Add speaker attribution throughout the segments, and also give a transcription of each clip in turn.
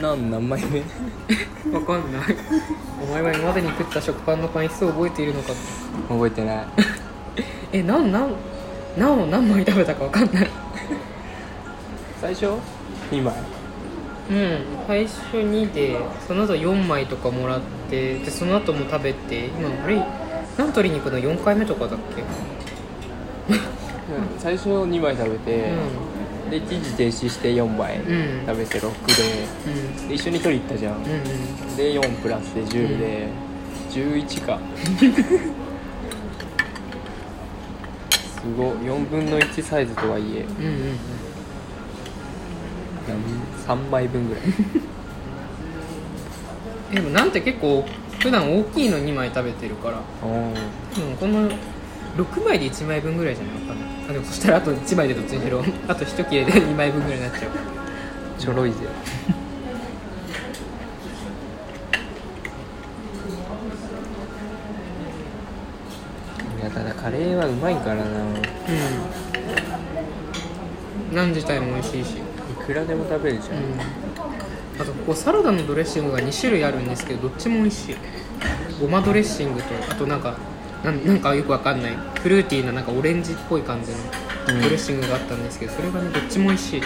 Speaker 1: なん何枚目
Speaker 2: わかんない お前は今までに食った食パンのパン一つ覚えているのか
Speaker 1: 覚えてない
Speaker 2: えなんなん何を何枚食べたかわかんない
Speaker 1: 最初2枚
Speaker 2: うん最初2でその後4枚とかもらってでその後も食べて今あれ何取りに行くの4回目とかだっけ
Speaker 1: 最初2枚食べて、
Speaker 2: う
Speaker 1: で一時停止して4枚
Speaker 2: ん
Speaker 1: 食べて6で
Speaker 2: ん
Speaker 1: で一緒に取り行ったじゃん
Speaker 2: うんうんうん
Speaker 1: で4プラスで10で、11か すごい4分の1サイズとはいえ
Speaker 2: うんうんうん
Speaker 1: 3枚分ぐらい
Speaker 2: えでもなんて結構普段大きいの2枚食べてるから
Speaker 1: おー
Speaker 2: でもこの6枚で1枚分ぐらいじゃないわかんないあでもそしたらあと1枚でどっちにしろあと1切れで2枚分ぐらいになっちゃう
Speaker 1: ちょろいぜいやただカレーはうまいからな
Speaker 2: うんナン自体も美味しいし
Speaker 1: いくらでも食べるじゃん、
Speaker 2: あとここサラダのドレッシングが2種類あるんですけどどっちも美味しいごまドレッシングとあとなんかなんなんかよくわかんないフルーティーななんかオレンジっぽい感じの
Speaker 1: うん
Speaker 2: ドレッシングがあったんですけど、それがねどっちも美味しい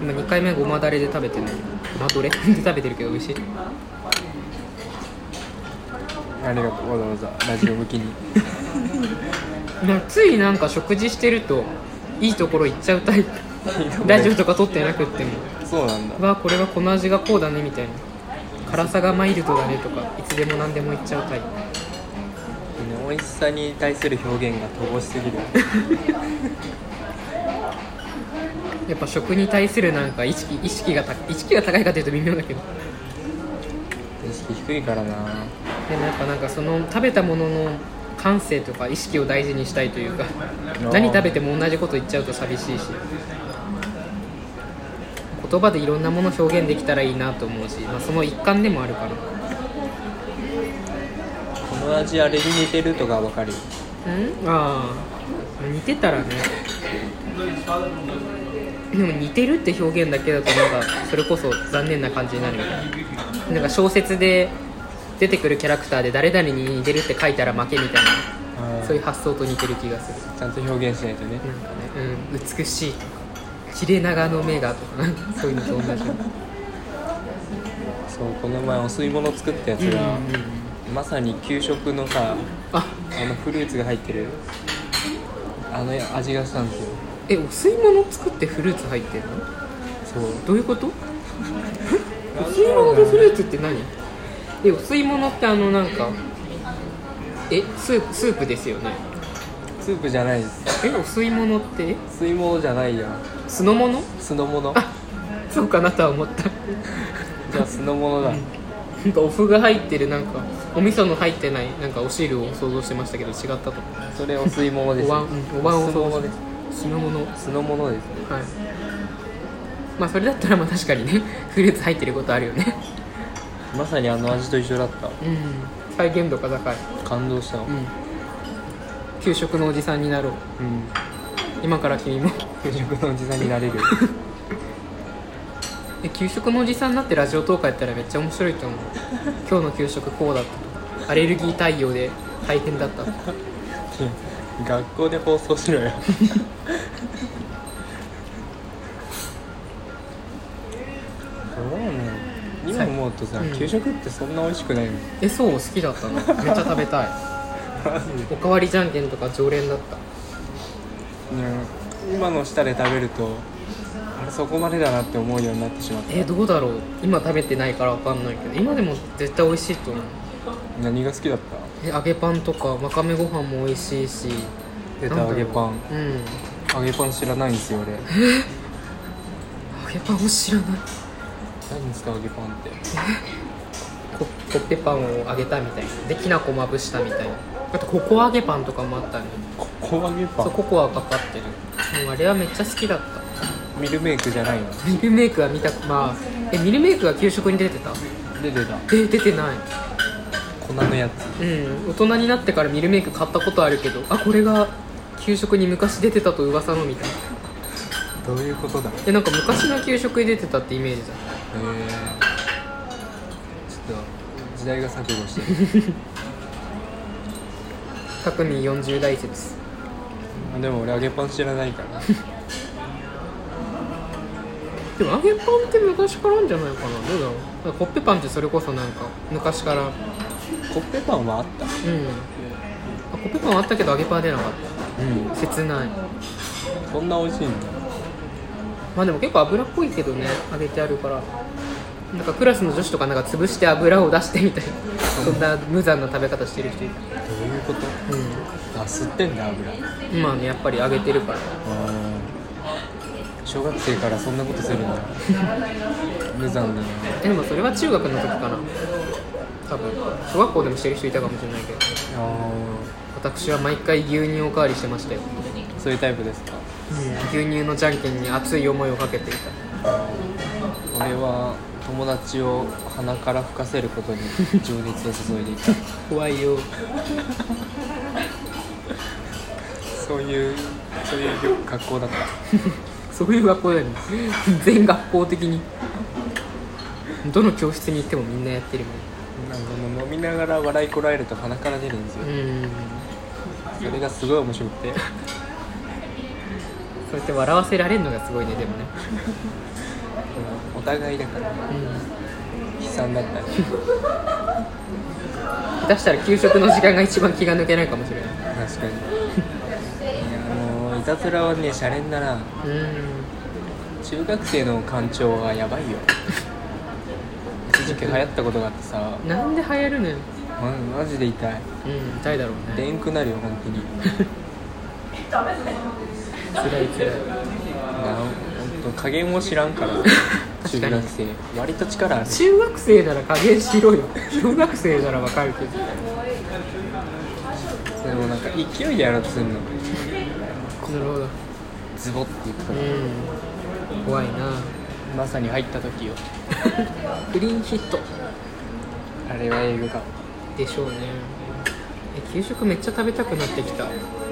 Speaker 2: 今2回目ごまだれで食べてねごまドレで食べてるけど美味しい
Speaker 1: ありがとうわざわざラジオ向きに
Speaker 2: なついなんか食事してるといいところ行っちゃうタイプラジオとか撮ってなくっても
Speaker 1: そうなんだ
Speaker 2: わこれはこの味がこうだねみたいな辛さがマイルドだねとかいつでも何でも言っちゃうタイプ
Speaker 1: 美味しさに対する表現が乏しすぎる
Speaker 2: やっぱ食に対するなんか意識意識がた意識が高いかというと微妙だけど
Speaker 1: 意識低いからな
Speaker 2: でもやっぱなんかその食べたものの感性とか意識を大事にしたいというか
Speaker 1: ー
Speaker 2: 何食べても同じこと言っちゃうと寂しいし言葉でいろんなもの表現できたらいいなと思うし、まあ、その一環でもあるから
Speaker 1: この味あれに似てるとかわかるよ
Speaker 2: うんああ似てたらねでも似てるって表現だけだとなんかそれこそ残念な感じになるよねなんか小説で出てくるキャラクターで誰々に似てるって書いたら負けみたいなそういう発想と似てる気がする
Speaker 1: ちゃんと表現しないとね
Speaker 2: なんかね、うん、美しいとか切れ長の目がとかなんかそういうのと同じよ
Speaker 1: そうこの前お吸い物作ったやつ
Speaker 2: うな
Speaker 1: が、
Speaker 2: うんうんうん
Speaker 1: まさに給食のさ
Speaker 2: あ
Speaker 1: あのフルーツが入ってるあの味がしたんですよ
Speaker 2: えお吸い物作ってフルーツ入ってるの
Speaker 1: そう
Speaker 2: どういうことお吸い物とフルーツって何えお吸い物ってあのなんかえスープスープですよね
Speaker 1: スープじゃないです
Speaker 2: えお吸い物って
Speaker 1: 吸い物じゃないやん
Speaker 2: 酢の物
Speaker 1: 酢の物
Speaker 2: あそうかなとは思った
Speaker 1: じゃあ酢の物だ
Speaker 2: なんかお麩が入ってるなんかお味噌の入ってないなんかお汁を想像してましたけど違ったと
Speaker 1: それお吸い物です
Speaker 2: お椀うんお椀を
Speaker 1: 酢の物です
Speaker 2: 酢の物はい
Speaker 1: 酢の物です
Speaker 2: まあそれだったらまあ確かにね フルーツ入ってることあるよね
Speaker 1: まさにあの味と一緒だった
Speaker 2: うん再現度が高い
Speaker 1: 感動したの
Speaker 2: うん給食のおじさんになろう
Speaker 1: うん
Speaker 2: 今から君も
Speaker 1: 給食のおじさんになれる
Speaker 2: え給食のおじさんになってラジオトークやったらめっちゃ面白いと 思う今日の給食こうだったとかアレルギー対応で大変だったとか
Speaker 1: 学校で放送し ろよそうね今思うとさ、
Speaker 2: うん
Speaker 1: 給食ってそんな美味しくないの
Speaker 2: えそう好きだったのめっちゃ食べたいおかわりじゃんけんとか常連だった
Speaker 1: うん、今の舌で食べるとあれそこまでだなって思うようになってしまった
Speaker 2: えどうだろう今食べてないからわかんないけど今でも絶対美味しいと思う
Speaker 1: 何が好きだっ
Speaker 2: え揚げパンとかわかめご飯も美味しいし
Speaker 1: 出
Speaker 2: た
Speaker 1: た
Speaker 2: なん
Speaker 1: 揚
Speaker 2: だろう
Speaker 1: げパン
Speaker 2: うん
Speaker 1: 揚げパン知らないんですよ俺
Speaker 2: 揚げパンを知らない
Speaker 1: 何ですか揚げパンって
Speaker 2: ココッペパンを揚げたみたいなできなこまぶしたみたいなあとココア揚げパンとかもあったね
Speaker 1: ここ揚げパ
Speaker 2: そうココアがかかってるもうあれはめっちゃ好きだっ
Speaker 1: ンミルメイクじゃないの
Speaker 2: たミルメイクは見たまあえミルメイクが給食に出てた
Speaker 1: で出た
Speaker 2: え出てない
Speaker 1: 粉のやつ
Speaker 2: うん大人になってからミルメイク買ったことあるけどあこれが給食に昔出てたと噂のみたいな
Speaker 1: どういうことだろう
Speaker 2: えなんか昔の給食に出てたってイメージだ
Speaker 1: えちょっと時代が錯誤してる
Speaker 2: 各民40代説
Speaker 1: あでも俺揚げパン知らない から
Speaker 2: でも揚げパンって昔からあるんじゃないかなどうだろうだからコッペパンってそれこそなんか昔からうん
Speaker 1: コッペパンはあった
Speaker 2: あコッペパンはあったけど揚げパンは出なかっ
Speaker 1: うん
Speaker 2: た切ない
Speaker 1: そんな美味しいんだ
Speaker 2: まあでも結構油っぽいけどね揚げてあるからなんかクラスの女子とかなんか潰して油を出してみたいなそんな無残な食べ方してる人いる
Speaker 1: どういうことあ吸ってんだ油
Speaker 2: うんまあねやっぱり揚げてるから
Speaker 1: あー小学生からそんなことするんだ無残だな
Speaker 2: えでもそれは中学の時かな多分小学校でもしてる人いたかもしれないけど
Speaker 1: あ
Speaker 2: 私は毎回牛乳おかわりしてましたよ、
Speaker 1: ーそういうタイプですか
Speaker 2: 牛乳のじゃんけんに熱い思いをかけていた
Speaker 1: 俺は友達を鼻から吹かせることに情熱を注いでいた
Speaker 2: 怖いよ
Speaker 1: そういうそういう格好だった
Speaker 2: そういう学校だよね全学校的にどの教室に行ってもみんなやってるもん
Speaker 1: なんか飲みながら笑いこらえると鼻から出るんですよ
Speaker 2: うん
Speaker 1: それがすごい面白くて
Speaker 2: そうやって笑わせられるのがすごいねでもね、
Speaker 1: お互いだから
Speaker 2: うん、
Speaker 1: 悲惨だったね、
Speaker 2: 下手したら給食の時間が一番気が抜けないかもしれない
Speaker 1: 確かにいやもういたずらはねシャレんだな
Speaker 2: うん
Speaker 1: 中学生の館長はやばいよ一時期流行ったことがあってさ
Speaker 2: なんで流行るのよ
Speaker 1: まマジで痛い
Speaker 2: うん痛いだろうね
Speaker 1: でんくなるよ本当に
Speaker 2: 辛い辛い
Speaker 1: な本当加減を知らんから中
Speaker 2: 確かに
Speaker 1: 学生割と力ある
Speaker 2: 中学生なら加減しろよ小学生ならわかるけど
Speaker 1: でもなんか勢いでやろうとするの
Speaker 2: なるほど
Speaker 1: ズボっていくから
Speaker 2: うん怖いな
Speaker 1: まさに入った時よ
Speaker 2: クリーンヒット
Speaker 1: あれは映画か
Speaker 2: でしょうねえ給食めっちゃ食べたくなってきた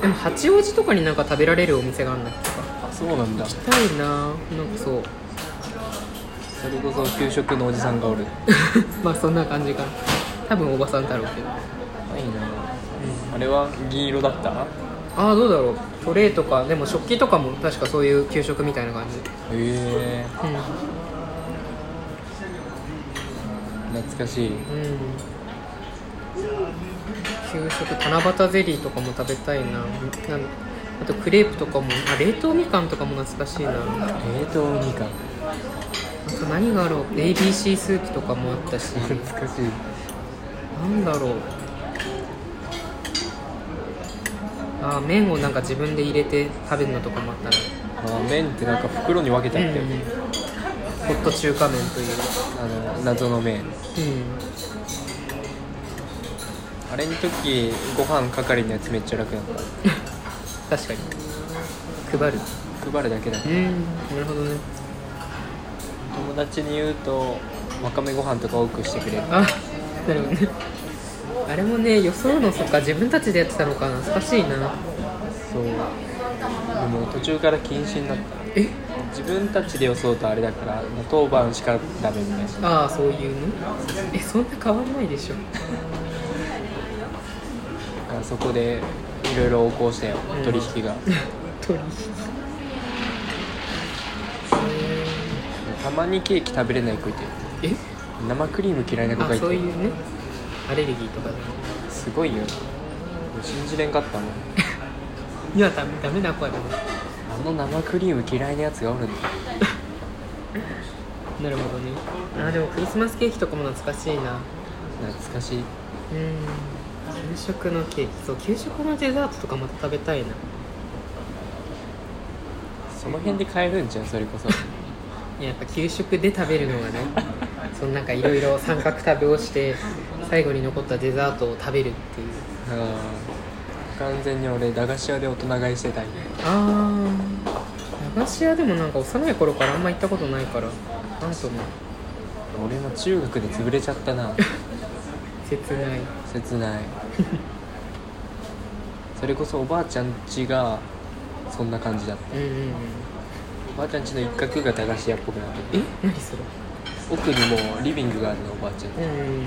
Speaker 2: でも八王子とかになんか食べられるお店があるんだっけか
Speaker 1: あそうなんだ
Speaker 2: 行きたいななんかそう
Speaker 1: それこそ給食のおじさんがおる
Speaker 2: まあそんな感じかな多分おばさんだろうけど
Speaker 1: いいなあれは銀色だった
Speaker 2: ああどうだろうトレーとかでも食器とかも確かそういう給食みたいな感
Speaker 1: へ
Speaker 2: じ
Speaker 1: え
Speaker 2: う
Speaker 1: 懐かしい
Speaker 2: んうん給食七夕ゼリーとかも食べたいななんあとクレープとかもあ冷凍みかんとかも懐かしいな
Speaker 1: 冷凍みかん
Speaker 2: あと何があろう ABC スープとかもあったし
Speaker 1: 懐かしい
Speaker 2: なんだろうあー麺をなんか自分で入れて食べるのとかもあったね
Speaker 1: あ麺ってなんか袋に分けたって、
Speaker 2: ホット中華麺という
Speaker 1: あの謎の麺あれの時ご飯係のやつめっちゃ楽だっ
Speaker 2: 確かに配る
Speaker 1: た配るだけだった
Speaker 2: うんなるほどね
Speaker 1: 友達に言うとわかめご飯とか多くしてくれる
Speaker 2: あなるほどねあれもね予想のそっか自分たちでやってたのかな懐かしいな
Speaker 1: そうでも途中から禁止になった
Speaker 2: え
Speaker 1: 自分たちで予想とあれだから当番しかダメみたいな
Speaker 2: ああそういうのえそんな変わんないでしょ
Speaker 1: だからそこでいろいろ横行したよ、
Speaker 2: うん
Speaker 1: 取引が
Speaker 2: 鳥
Speaker 1: たまにケーキ食べれない子いて
Speaker 2: え
Speaker 1: 生クリーム嫌いな子
Speaker 2: あ
Speaker 1: がいて
Speaker 2: そういうねアレルギーとかね
Speaker 1: すごいよな信じれんかったもん
Speaker 2: いやダメダメな声だね
Speaker 1: あの生クリーム嫌いなやつがおるんだ
Speaker 2: なるほどねあでもクリスマスケーキとかも懐かしいな
Speaker 1: 懐かしい
Speaker 2: うん給食のケーキそう給食のデザートとかまた食べたいな
Speaker 1: その辺で買えるんじゃんそれこそ
Speaker 2: いややっぱ給食で食べるのがねそのなんかいろいろ三角食べをして最後に残ったデザートを食べるっていう
Speaker 1: あー完全に俺駄菓子屋で大人買いしてたい
Speaker 2: ああ駄菓子屋でもなんか幼い頃からあんま行ったことないからなんとも
Speaker 1: 俺も中学で潰れちゃったな
Speaker 2: 切ない
Speaker 1: 切ないそれこそおばあちゃん家がそんな感じだった
Speaker 2: うんうんうん
Speaker 1: おばあちゃん家の一角が駄菓子屋っぽくなって
Speaker 2: え何それ
Speaker 1: 奥にもうリビングがあるのおばあちゃん
Speaker 2: うん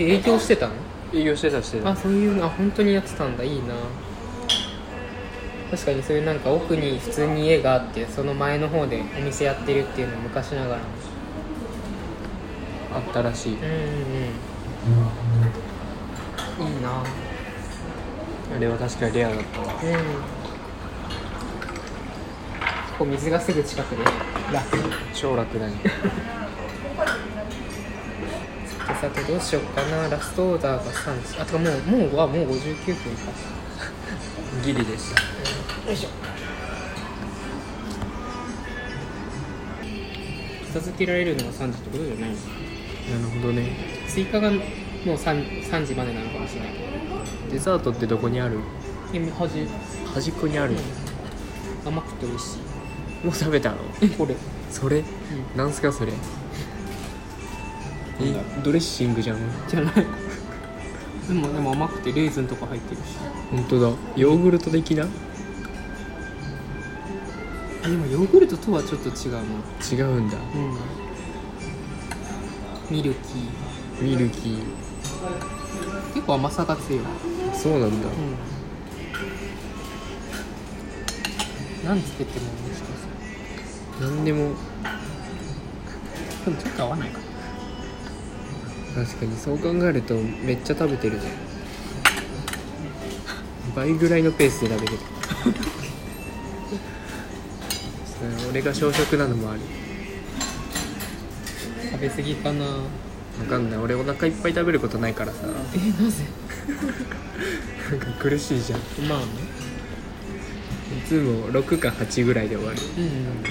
Speaker 2: え営業してたの
Speaker 1: 営業してたして
Speaker 2: あ
Speaker 1: た
Speaker 2: そういうのあ本当にやってたんだいいな確かにそういうなんか奥に普通に家があってその前の方でお店やってるっていうのは昔ながらの
Speaker 1: あったらしい
Speaker 2: うんうんいいな
Speaker 1: あれは確かにレアだったわ
Speaker 2: うんこう水がすぐ近くで楽
Speaker 1: 超楽だね
Speaker 2: でさてどうしようかなラストオーダーが3時あともうもうはもう59分か
Speaker 1: ギリでした
Speaker 2: 片付けられるのが3時ってことじゃないの
Speaker 1: なるほどね
Speaker 2: 追加がもう 3, 3時までなのかもしれないけ
Speaker 1: デザートってどこにある
Speaker 2: どで端
Speaker 1: 端っこにある
Speaker 2: 甘くて美味しい
Speaker 1: もう食べたの
Speaker 2: えこれ
Speaker 1: それなんすかそれえドレッシングじゃん
Speaker 2: じゃないでもでも甘くてレーズンとか入ってるし
Speaker 1: 本当だヨーグルト的な
Speaker 2: でもヨーグルトとはちょっと違うな
Speaker 1: 違うんだ
Speaker 2: うんミルキー
Speaker 1: ミルキー
Speaker 2: 結構甘さが強い
Speaker 1: そうなんだ
Speaker 2: うん何つけてももしかする
Speaker 1: 何でも
Speaker 2: でもちょっと合わないか
Speaker 1: 確かにそう考えるとめっちゃ食べてるね倍ぐらいのペースで食べてる それ俺が小食なのもある
Speaker 2: 食べ過ぎかな
Speaker 1: わかんない俺お腹いっぱい食べることないからさな
Speaker 2: えなぜ
Speaker 1: んか苦しいじゃんい
Speaker 2: まあね
Speaker 1: つも6か8ぐらいで終わる
Speaker 2: うん